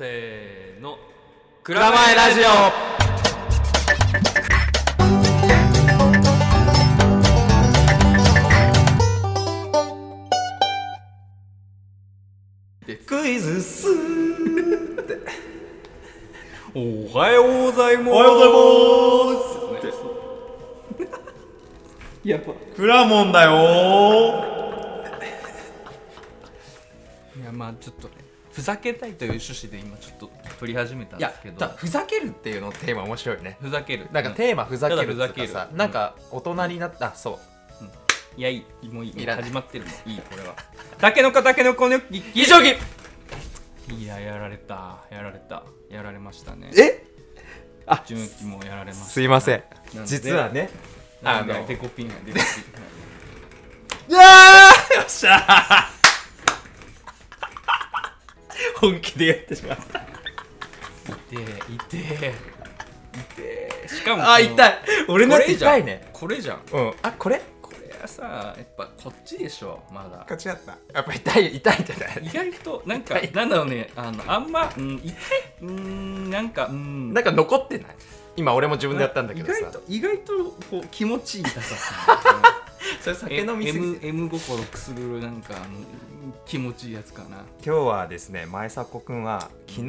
せーの蔵前ラジオクイズスおはようございますおおはようございますやばくらもんだよいやまあちょっとねふざけたいという趣旨で今ちょっと取り始めたんいでやすけどだふざけるっていうのテーマ面白いねふざけるなんかうテーマふざけるっていうただふざけるかさなんか大人になったあそういやいいもういいもういらない始まってるもういいこれはたけのこたけのこのき以上ぎいややられたやられたやられましたねえあ純喜もやられましたすいませんなんで実はねああののデコピンがデコピンいやーよっしゃー本気でやってしまった痛え痛え痛えしかもあこの痛い俺のやつ痛いねこれじゃんうんあこれこれはさやっぱこっちでしょまだ勝ちだったやっぱ痛い痛いじゃな意い外となんかなんだろうねあのあんま、うん、痛いうーんなんかうんなんか残ってない今俺も自分でやったんだけど意外さと意外とこう気持ちいい痛さっす それね酒飲みすぎて M, M 心くすぐるなんかあの気持ちいいやつかな今日はですね前迫くんは昨日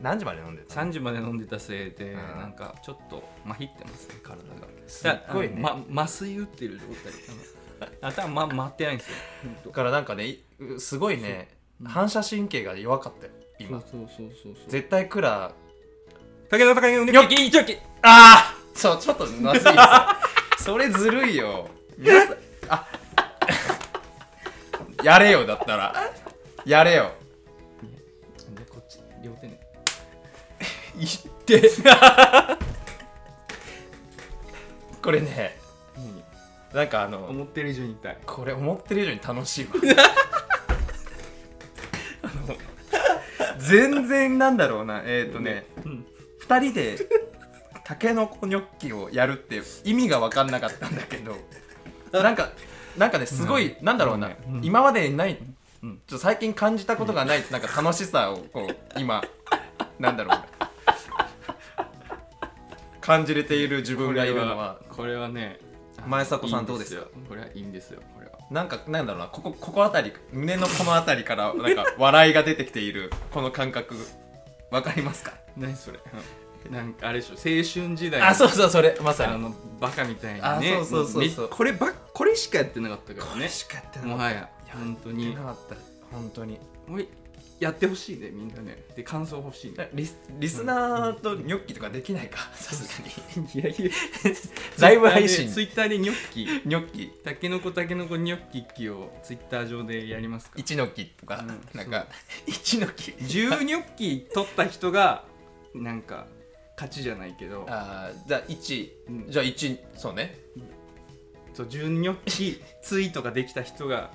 何時まで飲んでた3時まで飲んでたせいで、んなんかちょっとまひってますね体がすっごいねだあのま麻酔打ってる状態 あの頭、ま、回ってないんですよほんだとからなんかねいうすごいね反射神経が弱かったよ今そうそうそうそう絶対クラ武田高木のねきいちょきああそうちょっとまずいですよ それずるいよ皆さんあ やれよだったらやれよでこっち両手ねいって これねなんかあの思ってる以上に痛いこれ思ってる以上に楽しいわあの全然なんだろうなえっ、ー、とね、うん二人でたけのこニョッキをやるって意味が分かんなかったんだけどなんかなんかねすごい、なんだろうな、うんうん今までにない、うんちょっと最近感じたことがない、なんか楽しさをこう今なんだろうな感じれている自分がいるのはこれはね前迫さんどうですかいいよこれはいいんですよこれはなんかなんだろうなここここあたり胸のこのあたりからなんか笑いが出てきているこの感覚わかりますか何それうんなんかあれでしょ青春時代のあそうそうそれまさあにのバカみたいにねあそうそうそうそうもねこればっこれしかやってなかったからねしかやってもかっはや本当たになかった本当にもうやってほしいねみんなねで感想欲しいねリスリスナーとニョッキとかできないかさすがにいやいや ライブ配信ツイッターでニョッキニョッキタケノコタケノコニョッキッキをツイッター上でやりますか一ノッキとか、うんなんか一ノッキ10ニョッキ取った人がなんか勝ちじゃないけどあーじゃあ一うんじゃあ一そうねそう10ニョッキツイートができた人が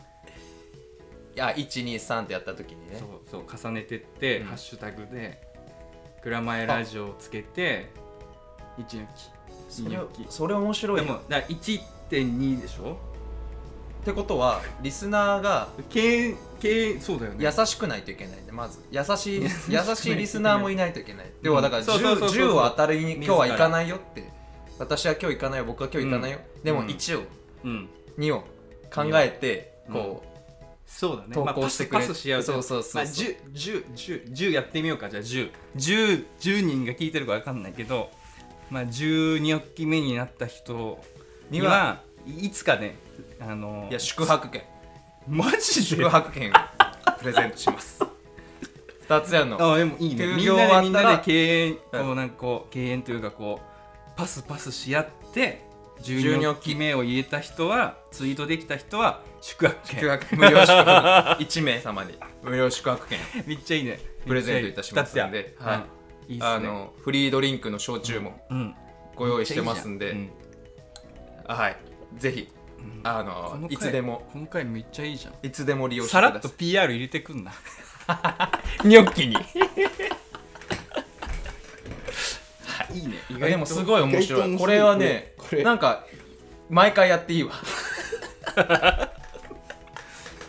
いや123ってやった時にねそうそう重ねてって、うんハッシュタグで「蔵前ラジオ」をつけて1のそ木2れの木それ面白でいなもだから1.2でしょってことはリスナーがけんけんそうだよね優しくないといけないねまず優 しい優しいリスナーもいないといけない要はだからそうそうそうそう10を当たりに自ら今日は行かないよって私は今日行かないよ僕は今日行かないよ、でもうん1をうん2を考えてうんこそうだね投稿まあパスしてくれパスし合うそうそうそうそうまあ、10 10 10 10やってみようかじゃあ1010 10人が聞いてるかわかんないけどまあ12期目になった人うに2ははいつかねあのいや宿泊 券マジで宿 泊券をプレゼントします2つやるのあでもいいね休みん業なでみ終んわなったらで敬遠うんこうなんかこう敬遠というかこうパスパスし合って十二12億期目を言えた人はツイートできた人は宿泊券宿泊無料宿泊1名様に無料宿泊券めっちゃいいねプレゼントいたしますんめっでち、ゃいいははいいいいっすねあのフリードリンクの焼酎もうんご用意してますんで、めっちゃいいはいぜひじゃんうんあこののい回つでもこの回めっちゃいいじゃんいつでも利用してさくだらさいっと PR 入れてく んなニョッキにいいね意でもすごい面白いこれはねこれなんか毎回やっていいわ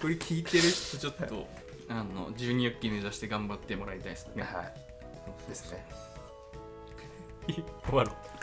これ聞いてる人ちょっとあの12ニョッキ目指 して頑張ってもらいたいですねはいですね終わろう